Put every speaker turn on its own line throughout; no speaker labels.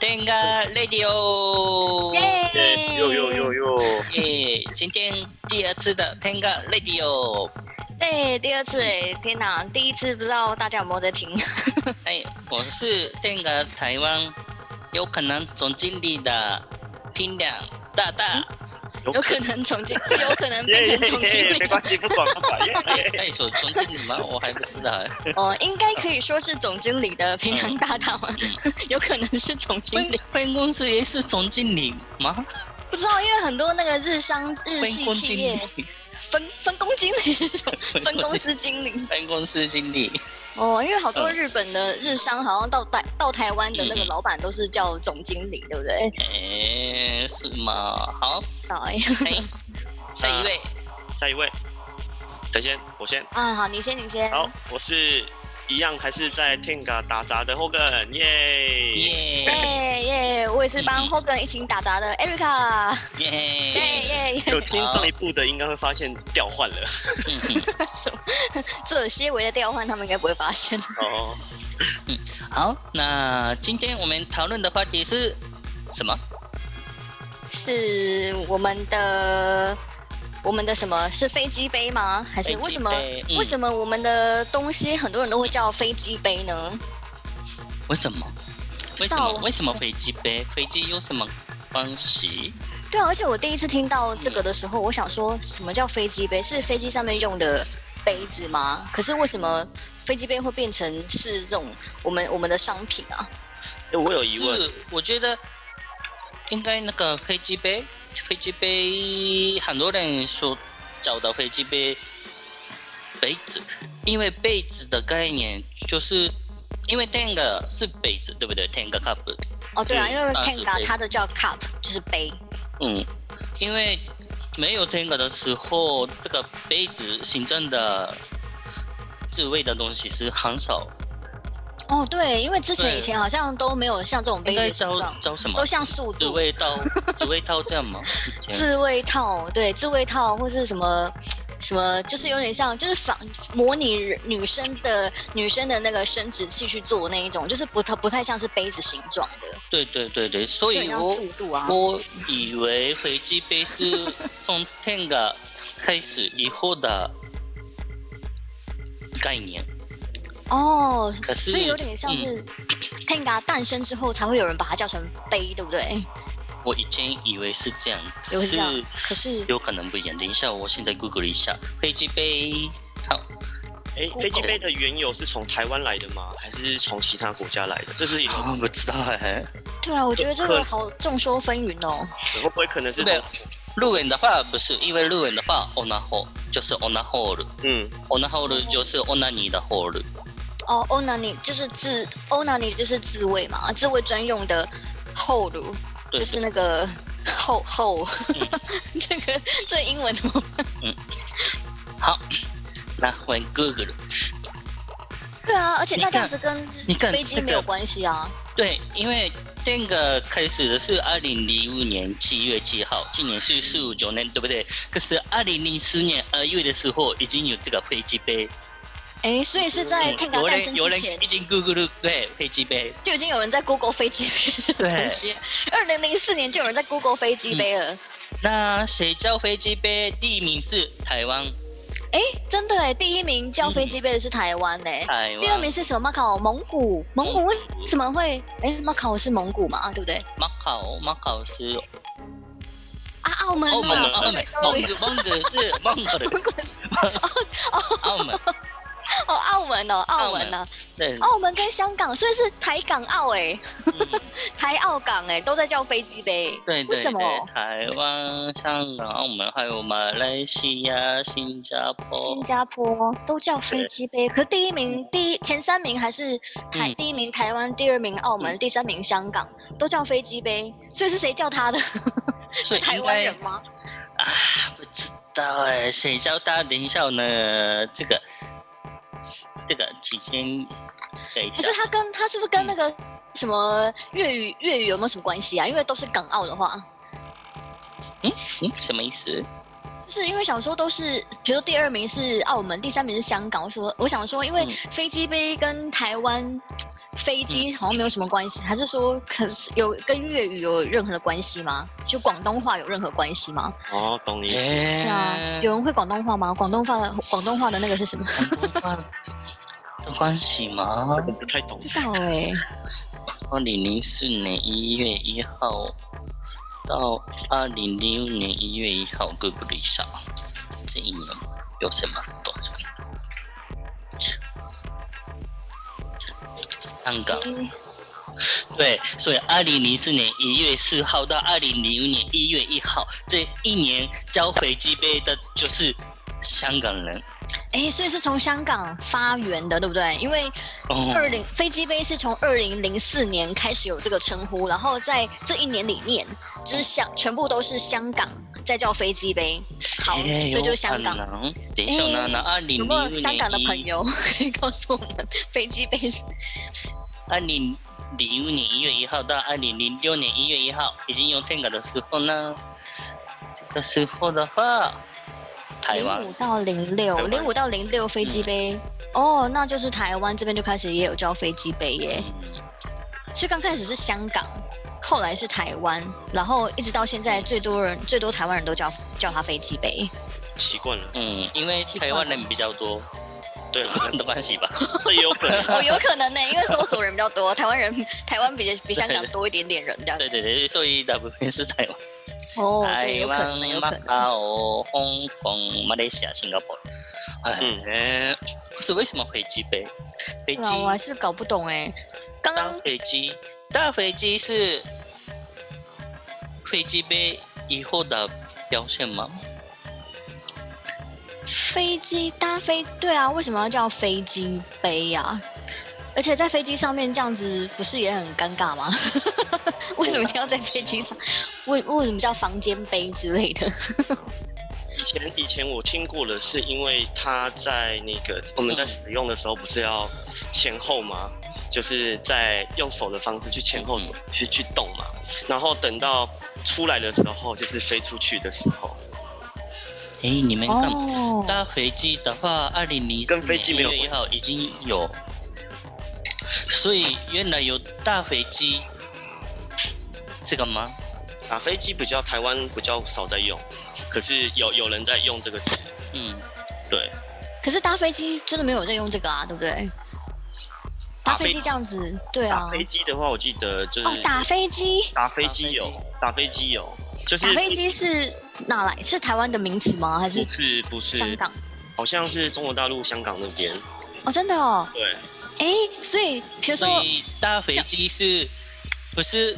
天干 Radio，
哦耶！
哟哟哟 哟，
耶！今天第二次的天干 Radio，
对，第二次哎，天哪！第一次不知道大家有没有在听，
哎，我是天干台湾有可能总经理的拼两大大，
有
有可能总经， 有可能变
耶
成总
耶
经
耶，没
理。
关系，不管不管，耶耶。
哎，说总经理吗？我还不知道。
哦，应该可以说是总经理的平常大大 吗？有可能是总经
分
理，
分公司也是总经理吗？
不知道，因为很多那个日商日
分
系
公司
企
经理
业，分分工经理这种， 分公司经理。
分公司经理，
哦，因为好多
嗯
日本的日商好像到台到台湾的那个
嗯嗯
老板都是叫总经理，对不对？
哎，是吗？好，
到哎，
哎，下一位，
下一位，谁先？我先。
啊，好，你先，你先。
好，我是一样还是在 Tenga 打杂的 Hogan，耶。
耶
耶耶！我也是帮
嗯
Hogan 一起打杂的 Erica。
耶。
耶耶！
有听上一部的应该会发现调换了
嗯哼
这有些微的调换，他们应该不会发现。
哦。
好，那今天我们讨论的话题是什么？
是我们的我们的什么是飞机杯嗯吗？还是为什么、为
么？
什么我们的东西很多人都会叫飞机杯呢？
为什么？为什
到
么？
了
为什么飞机杯？飞机有什么关系？
对啊，而且我第一次听到这个的时候，我想说什么叫飞机杯？是飞机上面用的杯子吗？可是为什么飞机杯会变成是这种我们我们的商品啊？
哎，我有疑问，
是，我觉得应该那个飞机杯，飞机杯很多人所找的飞机杯杯子，因为杯子的概念就是因为 Tenga 是杯子，对不对？Tenga cup，
哦，对啊，
嗯
因为
那是
Tenga
杯
它的叫 cup，就是杯。
嗯，因为没有天格的时候，这个杯子行政的自卫的东西是很少，
哦，对，因为之前
对
以前好像都没有像这种
应
杯
该
子形哦
叫
状，
叫什么
都？像速
自
度、
卫刀， 自卫刀这样吗？以前
自慰套，对，自慰套或是什么什么，就是有点像，就是仿模拟人女生的女生的那个生殖器去做那一种，就是不太不太像是杯子形状的，
对对对对，所
有
以
点像
我
速度啊。
我以为飞机杯是从天格开始以后的概念，
哦，
可是
所以有点像
嗯
是 Tenga 诞生之后才会有人把它叫成杯，对不对？
我以前以为是这样，
有
可
这样
是，
可是
有可能不一样。等一下，我现在 Google 一下飞机杯。好，
哎，飞机杯的缘由是从台湾来的吗？还是从其他国家来的？这是一个，
我不知道哎、
对啊，我觉得这
可
个好众说纷纭哦。
会不会可能是
对
从
日文的话不是，因为日文的话，オナホ就是オナホール，
嗯
オナホール就是オナニー的ホール。
哦欧 n 尼就是自欧 n 尼就是自慰嘛，啊自慰专用的后乳，
对嗯
就是那个后后， 这个这英文怎么办？
那回 Google，
对啊，而且那
你看
这样子跟
你看
飞机没
这
有
个
关系啊。
对，因为这个开始的是二零零五年七月七号，今年是四五九年，对不对？可是二零零四年二月的时候已经有这个飞机杯，
哎，所以是在
嗯
Tenga
有
诞
人
生
有
之
人
前
已经 Google 对飞机杯，
就已经有人在 Google 飞机杯的
对
东西，二零零四年就有人在 Google 飞
嗯
机杯了。
那谁叫飞机杯？第一名是台湾，
哎，真的哎，第一名叫飞机杯的是台湾哎。
嗯台湾。
第二名是什么？马考蒙古，蒙古为
蒙古
什么会？哎，马考是蒙古嘛，对不对？
马考，马考是
啊，澳门啊，
澳门的，澳
澳
门
门，
蒙古，蒙古是蒙古的，
蒙古是
澳 门，
哦，澳门哦，澳门呢、
对，
澳门跟香港，所以是台港澳哎、
嗯
台澳港哎、都在叫飞机杯。
对
为
对
什么
对，台湾、香港、澳门，还有马来西亚、新加坡
新，加坡都叫飞机杯，可第一名、第一前三名还是台、
嗯
第一名台湾，第二名澳门，第三名香港，都叫飞机杯，所以是谁叫他的？
所
是
以
台湾人吗？
不知道哎，谁叫大家等一下呢？这个，这个期间，等一
可
下
是，啊嗯他跟他是不是跟那个什么粤语粤语有没有什么关系啊？因为都是港澳的话，
嗯嗯，什么意思？
就是因为小时候都是，比如说第二名是澳门，第三名是香港。我说，我想说，因为
嗯
飞机杯跟台湾飞机好像没有什么关系，还是说可是有跟粤语有任何的关系吗？就广东话有任何关系吗？
哦，懂
哎
你意思。
对
呃
啊，有人会广东话吗？广东话的广东话的那个是什么？
的嗯关系吗？
我不太懂
不，知道 哎、
二零零四年一月一号到二零零五年一月一号，Google 一下这一年有什么活动？香港。对，所以二零零四年一月四号到二零零五年一月一号这一年交回机杯的就是香港人。
哎、所以是从香港发源的，对不对？因为
哦
二零飞机杯是从二零零四年开始有这个称呼，然后在这一年里面，就是香全部都是香港在叫飞机杯。好，
也
所以
哎有
就是香港哎
可。能。等一下，那那二零
有
零
没
六
有
年
香港的朋
一
友 可以告诉我们飞机杯是？
二零零五年一月一号到二零零六年一月一号，已经有天港的时候呢，这个时候的话，台湾嗯
零五到零六
台，湾
零五到零六飞机杯。哦，那就是台湾这边就开始也有叫飞机杯耶，所以刚开始是香港，后来是台湾，然后一直到现在，最多人最多台湾人都叫叫它飞机杯。
习惯了。
嗯，因为台湾人比较多，
对 了，
的关系吧。
那也有可能。
哦，有可能呢，因为搜索人比较 多，台湾人台湾比比香港多一点点人这样。
对对 对，所以大部分是台湾。
哦，对，
台
有可
湾
能，有、
马
可能。
卡哦、香港、马来西亚、新加坡。哎，可是为什么飞机杯？飞
对
机
啊，我还是搞不懂哎。刚
大
刚
飞机，大飞机是飞机杯以后的表现吗？
飞机搭飞，对啊，为什么要叫飞机杯呀、而且在飞机上面这样子，不是也很尴尬吗？ 为什么一定要在飞机上？为为什么叫房间杯之 类的？
以前以前我听过的是，因为它在那个我们
嗯
在使用的时候不是要前后吗？就是在用手的方式去前后走，
嗯
去去动嘛。然后等到出来的时候，就是飞出去的时候，
哎，你们看，
哦
搭飞机的话，二零零
跟飞机没有
一
关
月一号已经有，所以原来有大飞机这个吗？
打啊飞机比较台湾比较少在用，可是有有人在用这个词，
嗯，
对，
可是搭飞机真的没有在用这个啊，对不对？搭
搭
飞
飞
机这样子，对
打
啊。
飞机的话，我记得就是
哦，打飞机，
打飞机有打飞机有，就是
打飞机是哪来？是台湾的名词吗？还
不
是
是不是
香港？
好像是中国大陆香港那边，
哦，真的哦。
对，
哎，所以比如说
所，以搭飞机是不是？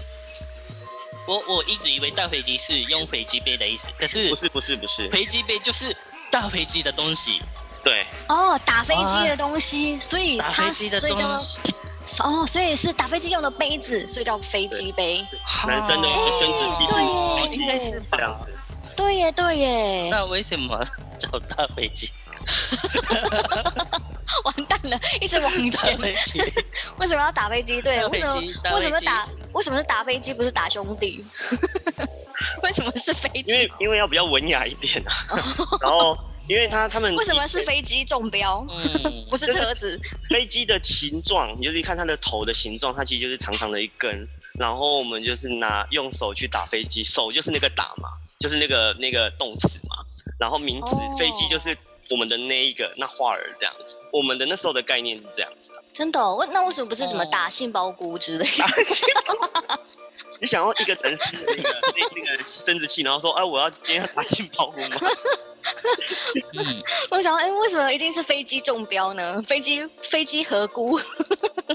我我一直以为大飞机是用飞机杯的意思，可是
不是不是不是，
飞机杯就是大飞机的东西，
对，
哦，打飞机的东西，所以
打
它
飞机的
所以
东
叫
西，
哦，所以是打飞机用的杯子，所以叫飞机杯。
男生的生殖器
哦
是啊
应该是
这样子，
对耶，对耶，
那为什么找大飞 机？
完蛋了，一直往
大
前。
飞机，
为什么要打飞机？对，
打
为
飞机
什么
打飞机
为什么打为什么是打飞机不是打兄弟？ 为什么是飞
因为
机？
因为要比较文雅一点 啊，然后因为他他们
为什么是飞机中标？
嗯，
不是车 子，
飞机的形状，你就是看它的头的形状，它其实就是长长的一根，然后我们就是拿用手去打飞机，手就是那个打嘛，就是那个那个动词嘛，然后名词、
哦
飞机就是我们的那一个那花儿这样子，我们的那时候的概念是这样 子。
真的哦、为那为什么不是什么
哦
打杏鲍菇之类的？
你想要一个人是那个那那个生殖器，然后说哎、我要今天要打杏鲍菇吗？
嗯，
我想说，哎、为什么一定是飞机中标呢？飞机飞机合估？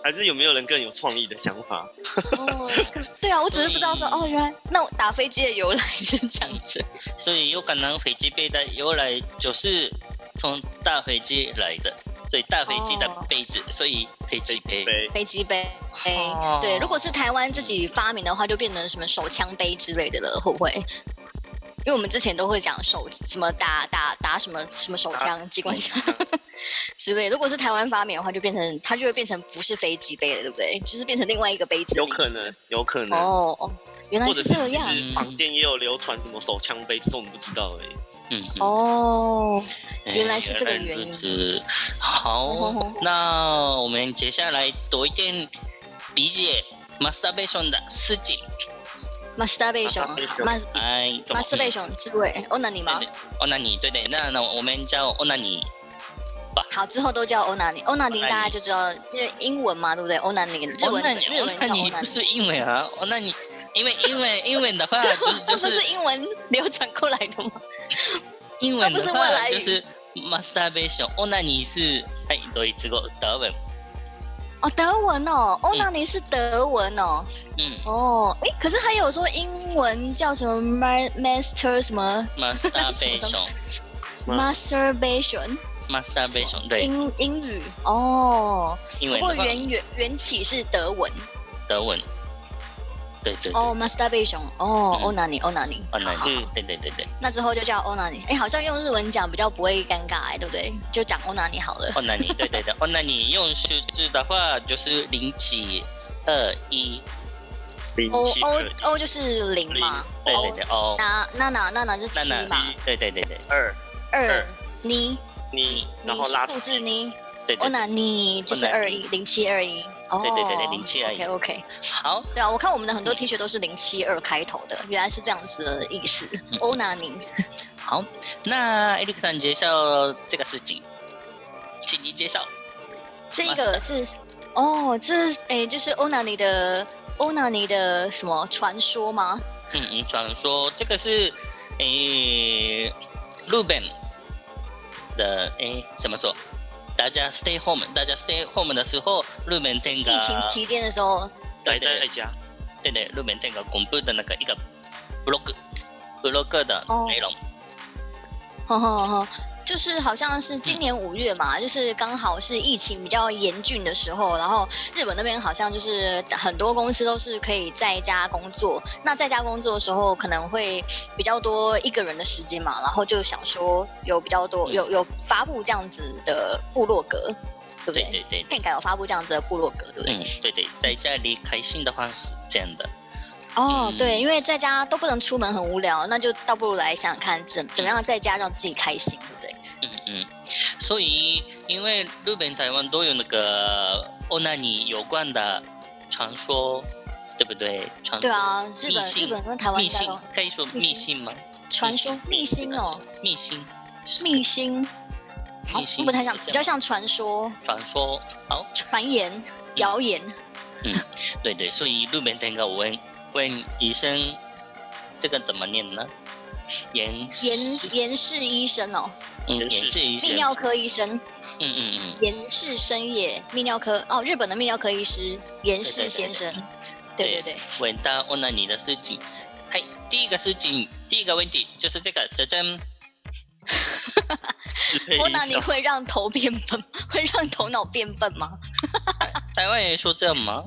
还是有没有人更有创意的想法？
哦，对啊，我只是不知道说，
所以
哦，原来那我打飞机的由来是这样 子。
嗯所以有可能飞机杯的由来就是从大飞机来的，所以大飞机的
哦
杯子，所以飞机杯。
对，
飞机杯，哎、
哦
对，如果是台湾自己发明的话，就变成什么手枪杯之类的了，会不会？因为我们之前都会讲手什么打打打什么什么手枪、机关枪之类的。如果是台湾发明的话，就变成它就会变成不是飞机杯了，对不对？就是变成另外一个杯子。
有可能，有可能。
哦哦，原来
或
是
者
这样。
嗯
其实坊间也有流传什么手枪杯，只是我们不知道而已。欸
嗯，嗯
哦，
哎
原来是这个原因
如此好
哦，
那我们接下来多一点理解 masturbation 的事情。
masturbation，mas
哎，怎么
masturbation 自慰，哦，那你吗
对？的，欧纳尼，对的，那那我们叫欧纳尼。
好，之后都叫欧南尼，欧南尼
Onani 哦
大家就知道，因为英文嘛，对不对？欧南尼，日
欧
文
纳尼，
日
欧
文
纳
叫欧
尼不
南尼，
是英文啊，欧纳尼，因为因为英文的话
这
就是
不
就是是
英文流传过来的吗？
英文的
它不是外
话
来
就
语
是 masturbation，欧纳尼是哎多一次过德文，
哦，德文哦，欧南尼是德文哦，
嗯
哦，诶，可是还有说英文叫什么 ma- master 什么
，masturbation，masturbation，
吗
masturbation，
对，
英英语哦，
英
不
文
过
的话
原原缘起是德文
德文，对对对，
哦，masturbation 哦，
嗯
欧南尼欧南尼，
欧纳尼，
嗯，
对对对对，
那之后就叫欧南尼，诶，好像用日文讲比较不会尴尬、诶，对不对？就讲欧南尼好了。
欧纳尼，对对对，欧纳尼用数字的话就是零几二一，
零
哦
O
七
O
二
O 就是零嘛
对对
，O
对哦，
那那那那那是
那
七
那，
嘛
对对对对
二
二
二
呢，
你，然
哦你
后拉
是数
出
字呢，
对
哦
对，
那你就是
Onani
二一零七二一，哦，
对对对对0721
OK OK，
好。
对啊，我看我们的
嗯
很多 T 恤都是零七二开头的，原来是这样子的意思。
嗯
欧纳尼，
好，那艾利克さん介绍这个事情，请您介绍。
这一个是哦，这是诶就是欧纳尼的欧纳尼的什么传说吗？
嗯嗯，传说这个是诶、日本的诶、怎么说？大家 stay home，大家 stay home 的时候，日本那个
疫情期间的时候，
对
宅
对
在家，
对对，日本那个恐怖的那个一个 blog blog 的
哦
内容，哦
吼吼吼，就是好像是今年五月嘛，就是刚好是疫情比较严峻的时候，然后日本那边好像就是很多公司都是可以在家工作。那在家工作的时候，可能会比较多一个人的时间嘛，然后就想说有比较多
嗯
有有发布这样子的部落格，对不
对
对？
对对对，
片改有发布这样子的部落格，对不对？
嗯对对，在家里开心的话是这样的，
哦
嗯，
对，因为在家都不能出门，很无聊，那就倒不如来想想看怎怎么样在家让自己开心，对不对？
嗯嗯，所以因为日本、台湾都有那个欧纳尼有关的传说，对不对？传说
对，啊，日本
秘
日
信
本跟台湾
密
应该
信
都
可以说密信吗？
传说密星哦，
密信，
密星，好
密，信
我不太像，比较像传说、
传说。好，
传言、谣言。
对对，所以日本那个我问问医生，这个怎么念呢？严
严严氏医生哦，
嗯严氏医
泌
生，
尿科医生，
嗯嗯嗯，
严氏深夜泌尿科哦，日本的泌尿科医师严氏先生，对对对，
问到问了你的事情。嗨，第一个事情，第一个问题就是这个，这真
自配
波
音
纳尼
效，
哦会让头变笨， 会让头脑变笨吗？
台 湾也说这样吗？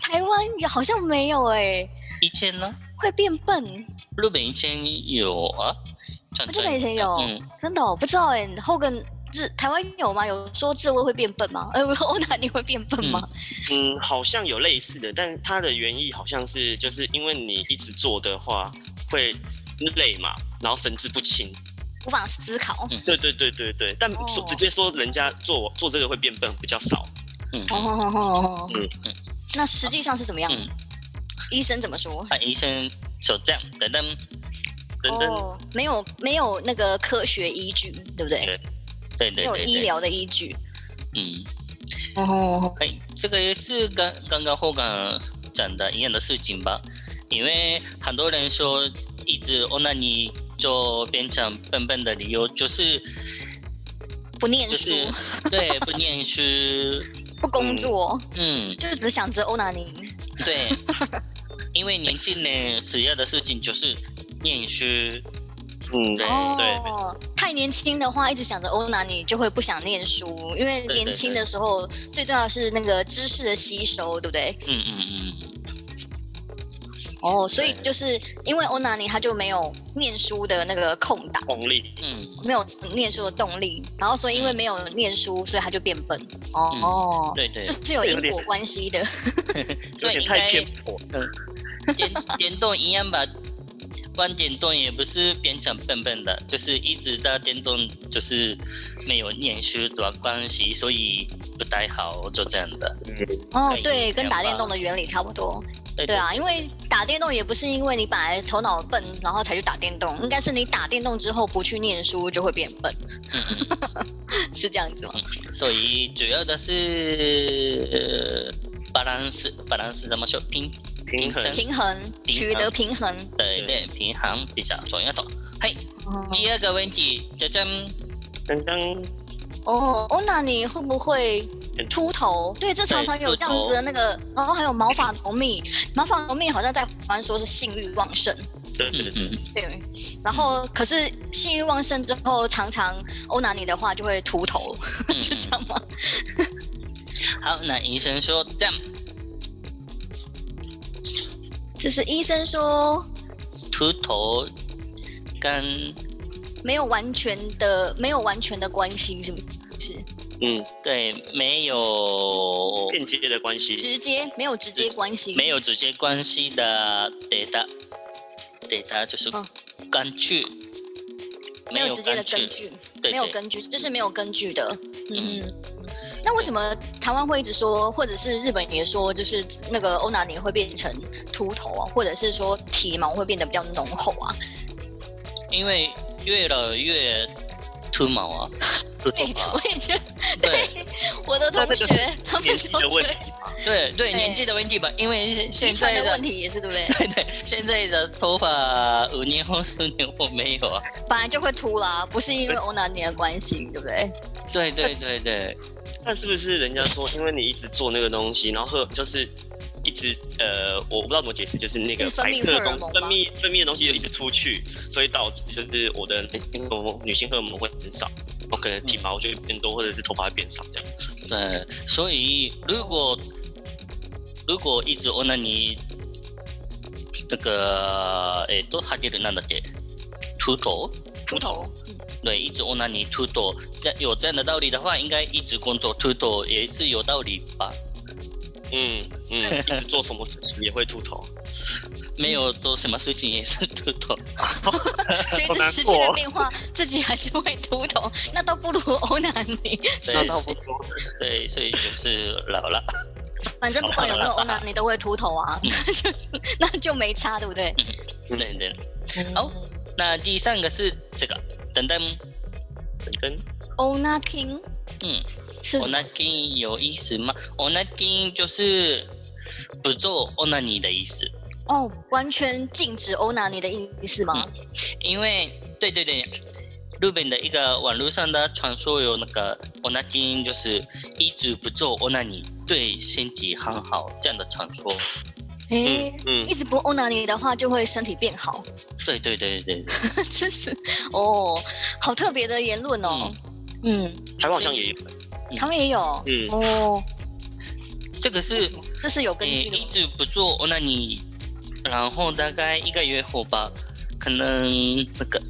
台湾也好像没有哎，
以前呢？
会变笨，
日本以前有啊，转
日本以前有
嗯，
真的哦、我不知道哎，后跟自台湾有吗？有说自慰会变笨吗？呃， 欧纳尼会变笨吗？
嗯，好像有类似的，但它的原意好像是就是因为你一直做的话会累嘛，然后神志不清。
无法思考。
嗯
对对对对对，但
嗯哦
说直接说人家做做这个会变笨比较少。
嗯
哦
嗯
哦哦哦
嗯
嗯，
那实际上是怎么样？
嗯，
医生怎么说？
啊，医生就这样，等等，
等等，
哦，没有没有那个科学依据，对不对？
对
对
没
对
有
对
医
对，
疗的依据。
嗯，
哦，
哎，这个也是跟刚刚后港讲的一样的事情吧，因为很多人说一直哦，那你就变成笨笨的理由就是
不念
就
书，
是对不念书，
不工作，
嗯，
就只想着欧娜尼。
对，因为年轻人主要的事情就是念书，
嗯，
对
对
哦，太年轻的话，一直想着欧娜尼，就会不想念书，因为
对
年轻的时候最重要的是那个知识的吸收，对不对？
嗯嗯嗯。
哦，所以
对
就是因为欧娜尼，他就没有念书的那个空档。
红利。
嗯，
没有念书的动力，然后所以因为没有念书，所以他就变笨。
嗯
哦，
对对
这，是有因果关系的。
所
有
以
点
应
太
该
偏颇。
电电动一样吧。玩电动也不是变成笨笨的，就是一直打电动，就是没有念书的关系，所以不太好，就这样的。概，
哦
念是
对，
这
跟
样
打电
吧
动的原理差不多。
对
对啊，因为打电动也不是因为你本来头脑笨，然后才去打电动，应该是你打电动之后不去念书就会变笨，是这样子吗？
所以主要的是呃，balance balance 怎么说平
平
平
衡
衡
平衡，取得平衡。
对对平衡比较重要的。嗨，
哦
第二个问题，这张
刚刚
哦，哦，那你会不会秃头？对，这常常有这样子的那个，然后还有毛发浓密，毛发浓密好像在台湾说是性欲旺盛，
对对
嗯
对，
嗯，
对。然后可是性欲旺盛之后，常常欧娜你的话就会秃头，
嗯
是这样吗？
好，那医生说这样
就是医生说
秃头跟
没有完全的没有完全的关系，是不是？
嗯，
对没有
间接的关系，
直接没有直接关系，
没有直接关系的 data data 就是
嗯
根据，
没有直接的
根据，
根据，
对
没有
对
根据，这是没有根据的。嗯，那为什么台湾会一直说，或者是日本也说，就是那个欧娜尼会变成秃头啊，或者是说体毛会变得比较浓厚啊？
因为越老越秃毛 啊，秃头
对，
啊
我，也觉得，
对
我的同学他
年
们
纪
都
的问
觉得
题，
对对，
对
年纪的问题吧，因为现
遗
现
传
在
的
的
问题也是对不对？
对 对，现在的头发五年后、十年后没 有啊，
本来就会秃啦，不是因为欧娜尼的关系，对不对？
对对对对，
那是不是人家说，因为你一直做那个东西，然后喝就是一直呃，我不知道怎么解释，就是那
就
个
是分
白
泌
色的东
荷尔蒙吗
分泌分泌的东西就一直出去，所以导致就是我的男性荷尔蒙、女性荷尔蒙会很少，我可能体毛就会变多，或者是头发会变少这样子。
对，所以如果如果一直哦，那你那个诶，都哈迪的那的给秃头，
秃头，
对，一直哦，那你秃头，这有这样的道理的话，应该一直工作秃头也是有道理吧？
嗯嗯，一直做什么事情也会秃头，
没有做什么事情也是秃头，
随
好
着
难
时
过
间的
哦
变化，自己还是会秃头，那都不如欧娜尼。
对
那差不多。
对，所以就是老了，
反正不管有没有欧娜，你都会秃头啊，就 那就没差，对不对？
对对。好
嗯，
那第三个是这个，等等，
整根
欧娜 king
嗯。
是
オナキン有意思吗？オナキン就是不做オナニー的意思，
哦，完全禁止欧娜你的意思吗？
因为对对对，日本的一个网络上的传说有那个オナキン就是一直不做オナニー对身体很好这样的传说。
诶、
嗯嗯
一直不欧娜你的话，就会身体变好，
对对对对对，
真是哦，好特别的言论哦。嗯，
台湾好像也有，
他们也有。
嗯
哦，
这个是
这是有根
你
据的
一
吗。
直不做オナニー，然后大概一个月后吧，可能那个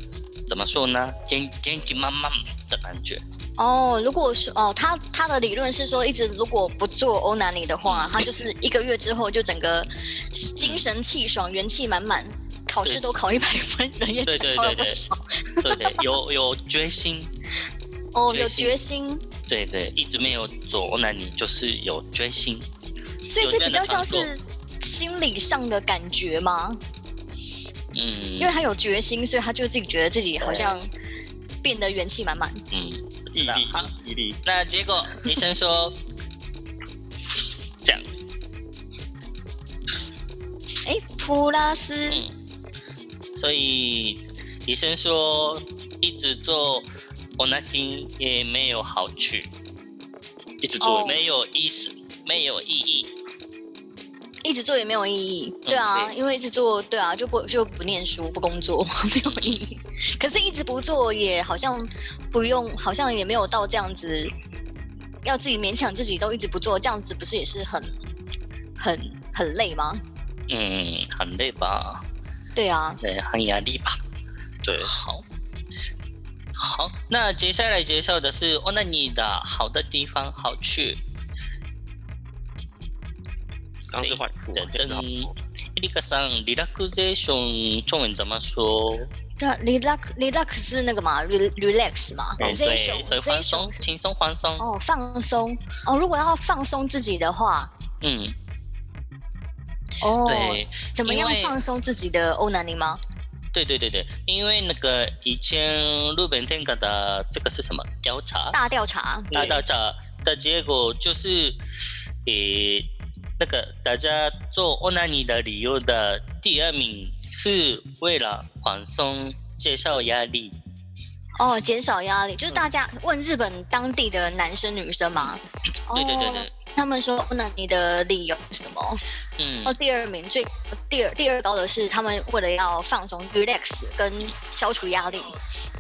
怎么说呢，元元气满满的感觉。
哦，如果是哦，他他的理论是说，一直如果不做欧娜你的话，他就是一个月之后就整个精神气爽、元气满满，考试
对
都考一百分，人也
对对
长高了
对
不
对
少。
对对，有有决心。
哦，
决
有
心
决心，
对对，一直没有走，那你就是有决心。
所以
有
这
这
比
样的
较像
感受
是心理上的感觉吗？
嗯
因为他有决心，所以他就自己觉得自己好
对
像变得元气满满。
嗯，
毅
是的
力
好
毅力，
那结果医生说，这样，
哎，普拉斯，
嗯，所以医生说一直做 o n a t i n 也没有好处，
一直
哦
做，
没有意思，没有意义。
一直做也没有意义，对
嗯
啊，
对
因为一直做，对啊，就不就不念书不工作 没有意义。可是，一直不做也好像不用，好像也没有到这样子，要自己勉强自己都一直不做，这样子不是也是很很很累吗？
嗯，很累吧？
对啊，
对，很压力吧？
对，
好。好，那接下来介绍的是哦，那你的好的地方好去，
刚是坏处嘛，
对
现在是好处。
伊丽卡桑，relaxation 中文怎么说？
对啊，relax relax 是那个嘛，re relax 嘛
嗯对
，relaxation，
对，放松，轻松放松。
哦，放松哦。如果要放松自己的话，
嗯，
哦，
对，
怎么样
因为
放松自己的欧南尼吗？
对对对对，因为那个以前日本天干的这个是什么调查？
大调查，
大
对
调查的结果就是，诶、那个大家做 onani 的理由的第二名是为了放松、减少压力。
哦，减少压力，就是大家
嗯
问日本当地的男生女生嘛，
对对对
哦
对，
他们说欧南尼的理由是什么？哦，
嗯，
第二名最第二第二高的是他们为了要放松 relax 跟消除压力。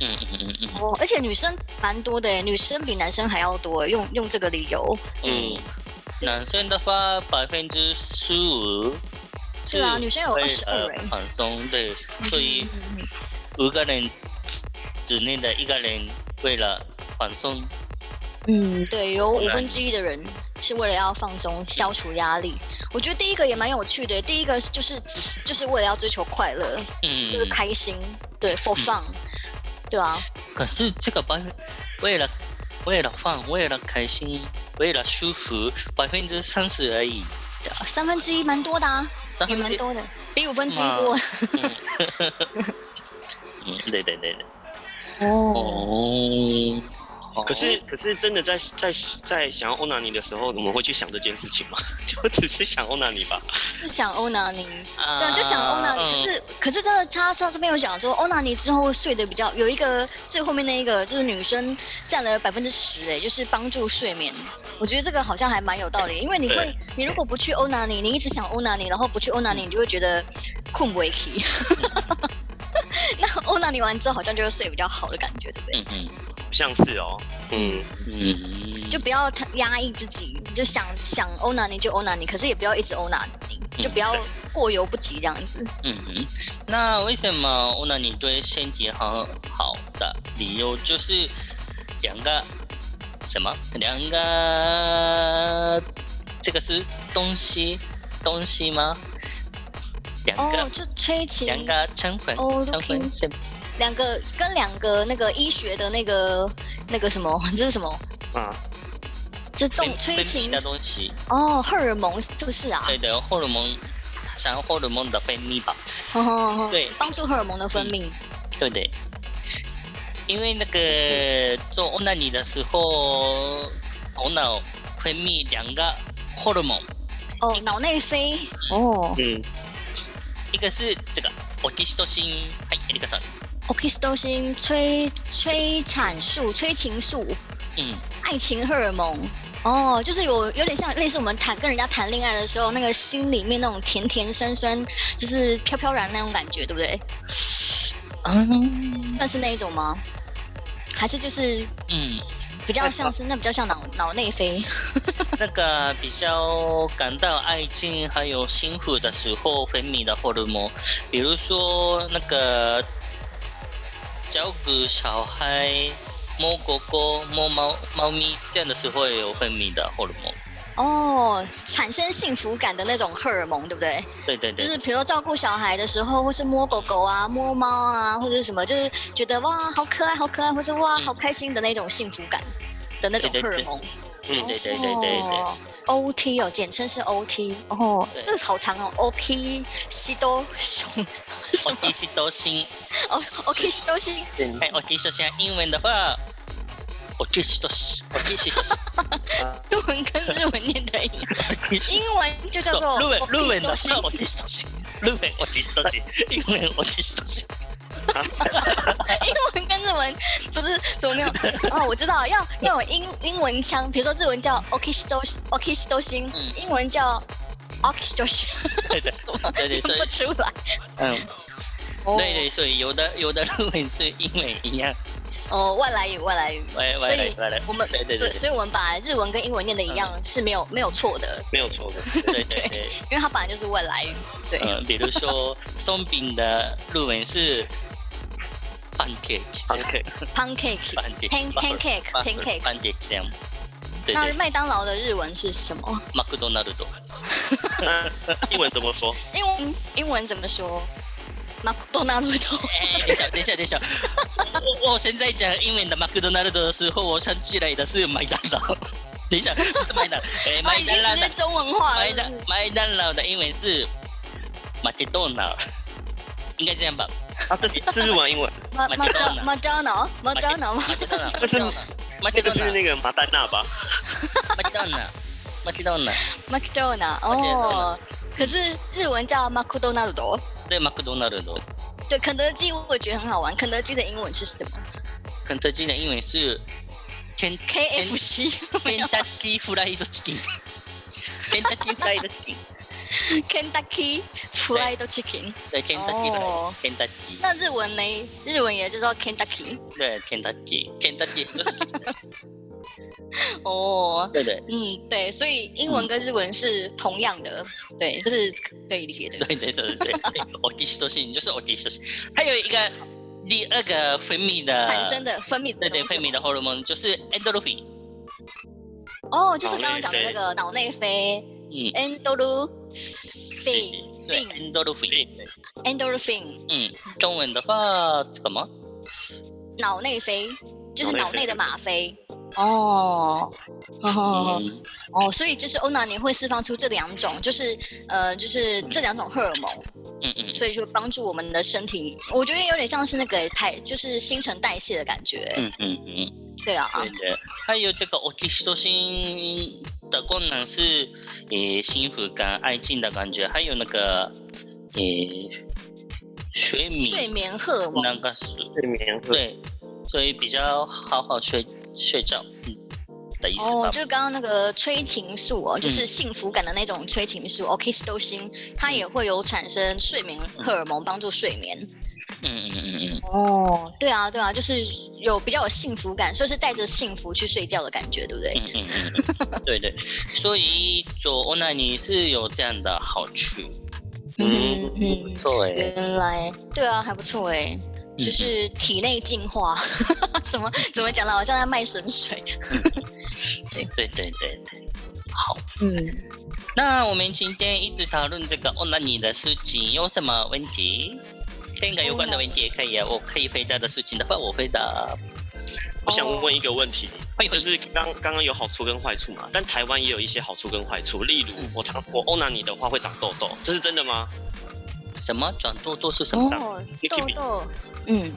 嗯嗯嗯嗯
哦，而且女生蛮多的耶，女生比男生还要多耶，用用这个理由。
嗯。男生的话，百分之十五
是啊，女生有
为
二十嗯二
了
哎。
放松，对，呃所以五个人之内的一个人为了放松，
嗯，对，有
好
五
难
分之一的人是为了要放松、消除压力。我觉得第一个也蛮有趣的，第一个就是只是就是为了要追求快乐，
嗯，
就是开心，对，for fun，对啊，
可是这个百分为了为了放，为了开心，为了舒服，百分之三十而已。
对啊三分之一蛮多的啊，
咱
也
们
蛮
这
多的，比五分之一
嘛
多。
嗯，对对对对。
哦，
哦。
可是，可是真的在在在想要欧娜尼的时候，我们会去想这件事情吗？ 就只是想欧娜尼吧。
就想欧娜尼，
啊，
对啊，就想欧娜尼。可是可是真的，他上这边有讲说，欧娜尼之后睡得比较有一个最后面那一个就是女生占了百分之十，哎，就是帮助睡眠。我觉得这个好像还蛮有道理，因为你会
对，
你如果不去欧娜尼，你一直想欧娜尼，然后不去欧娜尼，你就会觉得困不 k 那欧娜尼完之后，好像就会睡比较好的感觉，对不对？
嗯嗯
像是哦，嗯，
嗯，
就不要太压抑自己，就想想欧娜尼就欧娜尼，可是也不要一直欧娜尼，就不要
嗯
过犹不及这样子。
嗯嗯。那为什么欧娜你对身体很好的理由就是两个什么？两个这个是东西东西吗？两个、
哦，就催情
两个成分，
哦
成分
looking-
是
两个跟两个那个医学的那个那个什么，这是什么？
啊，
这动
分
催
分
情
泌的东西，
哦，荷尔蒙是不是啊？
对的，荷尔蒙，像荷尔蒙的分泌吧，
哦哦，哦
对
帮助荷尔蒙的分泌。
对不对？因为那个做欧娜尼的时候，头脑分泌两个荷尔蒙，
哦，脑内啡。哦
嗯，
一个是这个オキシトシン，はい、エリカさん。
，oxytocin 催催产素、催情素、
嗯，
爱情荷尔蒙。哦，就是有有点像类似我们谈跟人家谈恋爱的时候，那个心里面那种甜甜酸酸，就是飘飘然那种感觉，对不对？
嗯，
算是那一种吗？还是就是
嗯，
比较像是那比较像脑脑内啡？
那个比较感到爱情还有幸福的时候分泌的荷尔蒙，比如说那个照顾小孩、摸狗狗、摸猫猫咪这样的时候也有分泌的荷尔蒙。
哦，产生幸福感的那种荷尔蒙，对不对？
对对
就
对，
是比如说照顾小孩的时候，或是摸狗狗啊、摸猫啊，或者是什么，就是觉得哇，好可爱，好可爱，或是哇，
嗯
好开心的那种幸福感的那种
对
荷
对对
尔蒙。
嗯
对对对对对。
哦 OT 哦，简称是 OT 哦，
对
这个好长哦，OT 西多熊
オキシトシン，
哦，OK 西多西
哎，オキシトシン英文的话，オキシトシン，オキシト シン，
啊
日文跟日文念的一样，
オキシ
英文就叫做
そうルーベン、ルーベンだったら
oxytocin
オキシトシン。ルーベン、オキシトシン。英文、オキシトシン。
英文跟日文不是怎么没有？哦，我知道，要要有英英文腔，比如说日文叫 oxytocin oxytocin，、
嗯
英文叫 oxytocin，
对对对对
念
对
不，出来。
嗯，
哦
对对，所以有的有的日文是英文一样，
哦，外来语外来语，
来
所
来来
以
来来，
我们
对对嗯
所以
对
所以我们把日文跟英文念的一样、是没有没有错的，
没有错的。
对对对，
因为它本来就是外来语。对，
嗯，比如说松饼的日文是 pancake，
OK，
pancake
pancake，
pan pancake pancake
pancake 这样，对
那
对，
麦当劳的日文是什么？
マクドナルド，
那英文怎么说？
英文英文怎么说？马克多纳路头。
哎，等一下，等一下，等一下，我我现在讲英文的マクドナルド的时候，我想起来的是麦当劳。等一下，不是麦当，哎，
啊，
麦
已经
当劳
直接
的
中文化了
麦
是不
当
是。
麦当劳的英文是マケドナル，应该这样吧？
啊， 这这日文、英文，
马马当
麦
马当劳马当劳吗？
麦
这是
当劳，麦
这
当
个是
劳，
那个马丹娜吧？
麦当劳，麦当劳，
麦当劳哦。可是日文叫马克多纳多。
对，マクドナルド。
对，肯德基我也觉得很好玩。肯德基的英文是什么
肯德基的英文是 Ken
？KFC。
Kentucky Fried Chicken。Kentucky Fried Chicken，
Kentucky Fried Chicken。
对，Kentucky
哦
Fried，Kentucky，
那日文呢？日文也就叫 Kentucky。
对，Kentucky，Kentucky，
哦。
对对
嗯，对，所以英文跟日文是同样的，对，这是可以理解的。
对对对对，オキシトシン就是オキシトシン，还有一个第二个分泌的
产生，的分泌
呃对
的
对，
东西
分泌的荷尔蒙就是 endorphin，
哦，就是刚刚讲的那个脑内啡
嗯，对
，endorphin，
，endorphin，
endorphin，
嗯，中文的话怎么？
脑内啡就是
脑内啡
脑内的吗啡。哦，哦
嗯
哦，所以就是欧娜你会释放出这两种，就是呃，就是这两种荷尔蒙，
嗯嗯，
所以就帮助我们的身体。我觉得有点像是那个排，就是新陈代谢的感觉。
嗯嗯嗯。
对啊，
对的，还有这个オキシトシン的功能是，诶、幸福感、爱情的感觉，还有那个，诶、睡眠，
睡眠荷尔蒙。
那个是，
睡眠会
对，所以比较好好睡睡觉，嗯，的意思
哦
吧，？
就是刚刚那个催情素哦，
嗯
就是幸福感的那种催情素 o k s t o c i n 它也会有产生睡眠
嗯
荷尔蒙帮助睡眠。
嗯嗯嗯嗯，
哦，对啊，对啊，就是有比较有幸福感，所以是带着幸福去睡觉的感觉，对不对？
嗯嗯嗯嗯，对对， 所以做欧娜尼是有这样的好处，
嗯
嗯
不
嗯，
错诶，
原来对啊，还不错哎，
嗯
就是体内净化， 怎么怎么讲呢？好像在卖神水。
嗯对对对对。
嗯，
那我们今天一直讨论这个哦，那你的事情有什么问题？跟一个有关的问题也可以啊，我可以回答的事情的话，我回答。
我想问一个问题，
欢迎回
就
答
是刚刚刚有好处跟坏处嘛，但台湾也有一些好处跟坏处，例如
嗯
我常我欧娜你的话会长痘痘，这是真的吗？
什么转多多是什么？
哦，
你
痘
keep it
痘，嗯，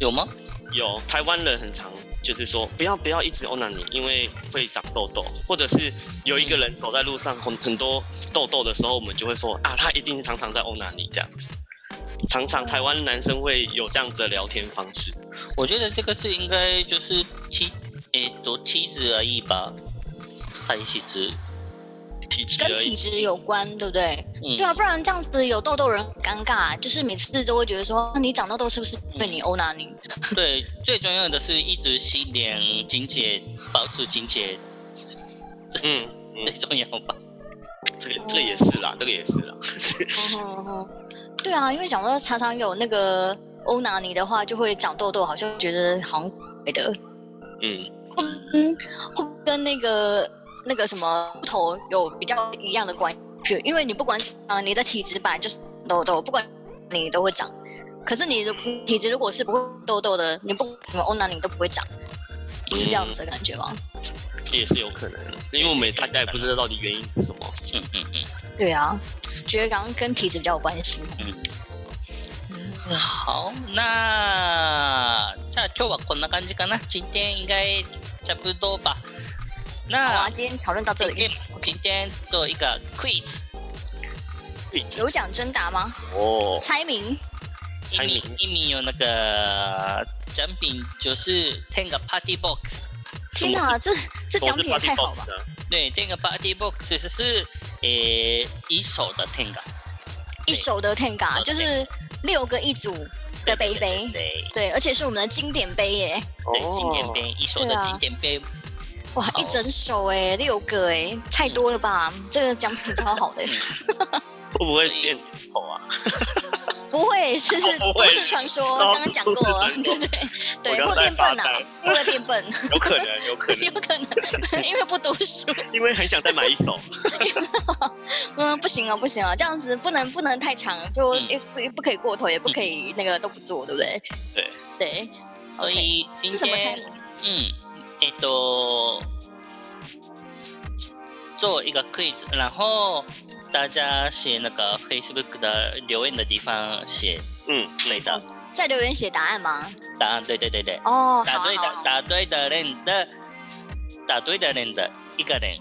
有吗？
有台湾人很常就是说不要不要一直欧娜你，因为会长痘痘，或者是有一个人走在路上很很多痘痘的时候，我们就会说啊，他一定常常在欧娜你这样子。常常台湾男生会有这样子的聊天方式，
我觉得这个是应该就是妻，诶，多妻子而已吧，还是子？
体质
跟
而
体
已。
质有关，对不对？
嗯，
对啊，不然这样子有痘痘人很尴尬，就是每次都会觉得说，啊你长痘痘是不是对你欧娜你？
对，最重要的是一直洗脸、清洁、保持清洁，
嗯，
最重要吧。
这个这个也是啦，这个也是啦。
对啊，因为讲到常常有那个欧娜你的话，就会长痘痘，好像觉得好像怪的，
嗯，
嗯，会不会跟那个那个什么头有比较一样的关系，因为你不管啊、呃你的体质本来就是痘痘，不管你都会长。可是你的体质如果是不会痘痘的，你不管什么欧娜你都不会长，是这样子的感觉吗？
也是有可能，因为我们大家也不知道到底原因是什么。
嗯嗯嗯。
对啊，觉得好像跟体质比较有关系。
嗯
嗯
好，那じゃあ今日はこんな感じかな。今天应该差不多吧。
好
那
啊，今天讨论到这
今
里
天。今天做一个 quiz，
有奖征答吗？
哦，
猜谜。
一
猜谜
米一米有那个奖品就是填个 party box，
天哪，这这奖品也太好了吧！
吧？
对，填个 party box 是是诶一手的填个
一手的 Tenga
呃
对
就是六个一组的杯杯，
对，
对，而且是我们的经典杯耶！
哦
对经典杯一手
对
的
啊
经典杯，
哇，
好
一整手哎，六个哎，太多 了吧？这个奖品超好的，
会不会变丑啊？
不不会，是是
哦不
都
会
是传说，
哦
刚刚讲过了，
都
对
是
对
我
对，会
刚才
变
发
笨
呆
啊，会变笨，
有可能，有 可
有
能，
可能，因为不读书，
因为很想再买一手。
嗯，不行啊，不行啊，这样子不能不能太长，就
嗯
也不不可以过头，也不可以那个都不做，对不对？
对
对，
所以今
是什么
天
餐饮？
嗯，えっと，做一个 quiz，然后大家写那个 Facebook 的留言的地方写
嗯，
那个
在留言写答案吗？
答案，对对对对，
哦，好
答
啊
对
好啊
的
好啊，
答对的人的答对的人的一个人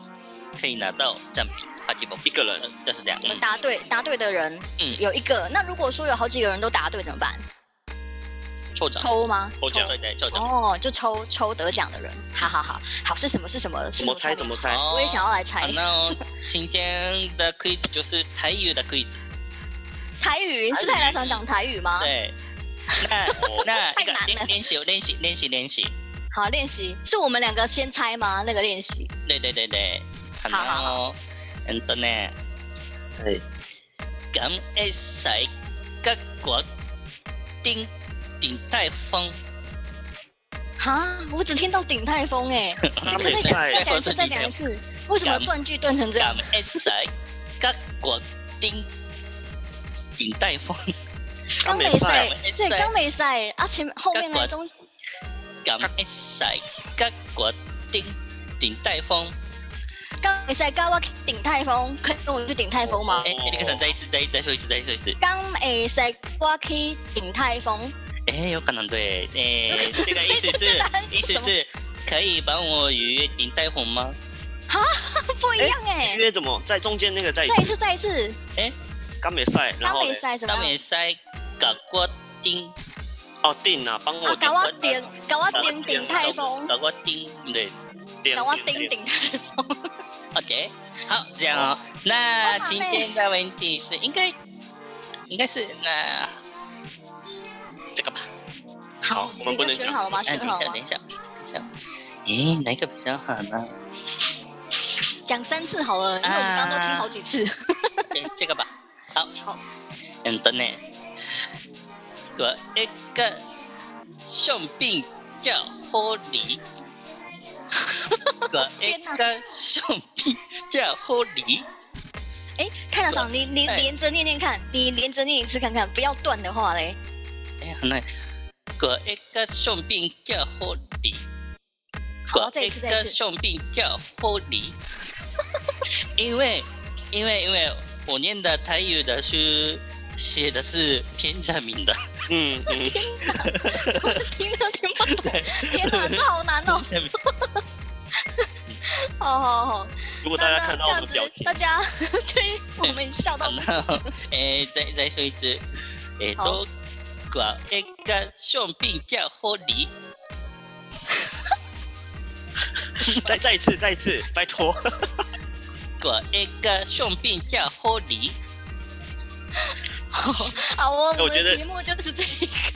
可以拿到奖品，哈吉宝
一个人
呃就是这样，
我们答对答对的人
嗯
有一个，那如果说有好几个人都答对怎么办？
抽奖，
抽吗？
抽奖
对对抽奖，
哦，就抽抽得奖的人，好好好，好是什么是什么？是什
怎么猜怎
么
么猜？哦
猜？我也想要来猜
好。那哦今天的 quiz 就是台语的 quiz，
台语是太郎想讲台语吗？
对，那
哦
那
太
一个
难了
练练习练习练习练习，
好，练习是我们两个先猜吗？那个练习
对对对对，あ
好好
のうんとね、
はい
感恩祭各国顶顶泰丰，
哈，我只听到鼎泰丰哎，
他
再讲
们
再讲一
在
次，再讲一次，为什么断句断成这样
感？恩祭各国顶顶泰丰，
刚
美
美
赛
赛，对，刚美赛啊，前后面那中
感恩祭各国顶顶泰丰。
刚美赛高哇鼎泰丰，可以跟我去鼎泰丰吗
哎、？那个人再一次，再一次再说一次，再说一次。
刚美赛高哇 K 鼎泰丰，
哎、有可能对，哎、这个意思
所以我觉得很
是，意思
什么
是可以帮我预约顶泰丰吗？
不一样哎。
约怎么在中间那个在一
再一
起
次，再一次，
刚没赛，哎然
刚
后
美
嘞
赛什么
他？们也塞各国顶。
哦定啊，帮我
啊，
点
搞我顶，搞我顶顶泰丰，
搞个丁，对
点
搞我
点
顶
点
顶泰丰。
，OK，好，Dạ. 这样哦。那
好
今天的问题是应该，应该是那这个吧？
好我们不能
你就选
讲
好了吗？
哎，
选
等
好
一下，
了
等？
吗
一下，等一下。咦，哪一个比较好呢？
讲三次好了，因为我们刚刚都听好几次。
对，这个吧。好，
好，
嗯，等呢。我一个生病叫狐狸，我一个生病叫狐狸。
哎，太长长，你你
哎
连着念念看，你连着念一次看看，不要断的话 嘞。
哎，很难。我一个生病叫狐狸，
好
我
再一
一
次再
个
一次
生病叫狐狸。因为，因为，因为我念的台语的书写的是偏假名的，
嗯嗯，
我是听都听不懂，天哪，这好难 哦！
偏假名
好好好，
如果
那
大家
那
看
这
到我
样
的
子
表，情 嗯
大，家对我们笑 到不行
然后， 哎，再再说一次，哎，
好
都我一个生病叫狐狸，
再再一次，再一次，拜托，
我一个生病叫狐狸。
好哦，
我
我们
觉得
的题目就是这个，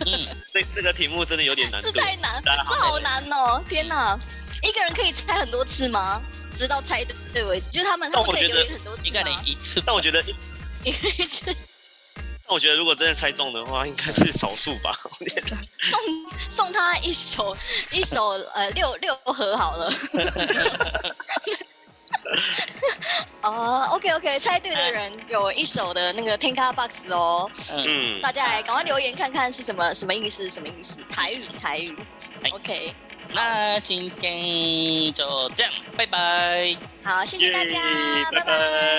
嗯，
这这个题目真的有点难
这
度。
太难，
大家
这
好
好难哦！天哪，一个人可以猜很多次吗？直到猜对对为止，就是他们他
但
们
我
可以
觉
留
得
言很多次
一个人
吗？
一次吧，
但我觉得，
一个人
但我觉得如果真的猜中的话，应该是少数吧。 我觉得
送送他一首一首呃六六盒好了。 哦、o k OK，猜对的人有一首的那个 Tenka Box 哦，
嗯，
嗯，
大家来赶快留言看看是什么什么意思，什么意思？台语台语
哎
，OK，
那今天就这样，拜拜。
好，谢谢大家
耶，
拜拜。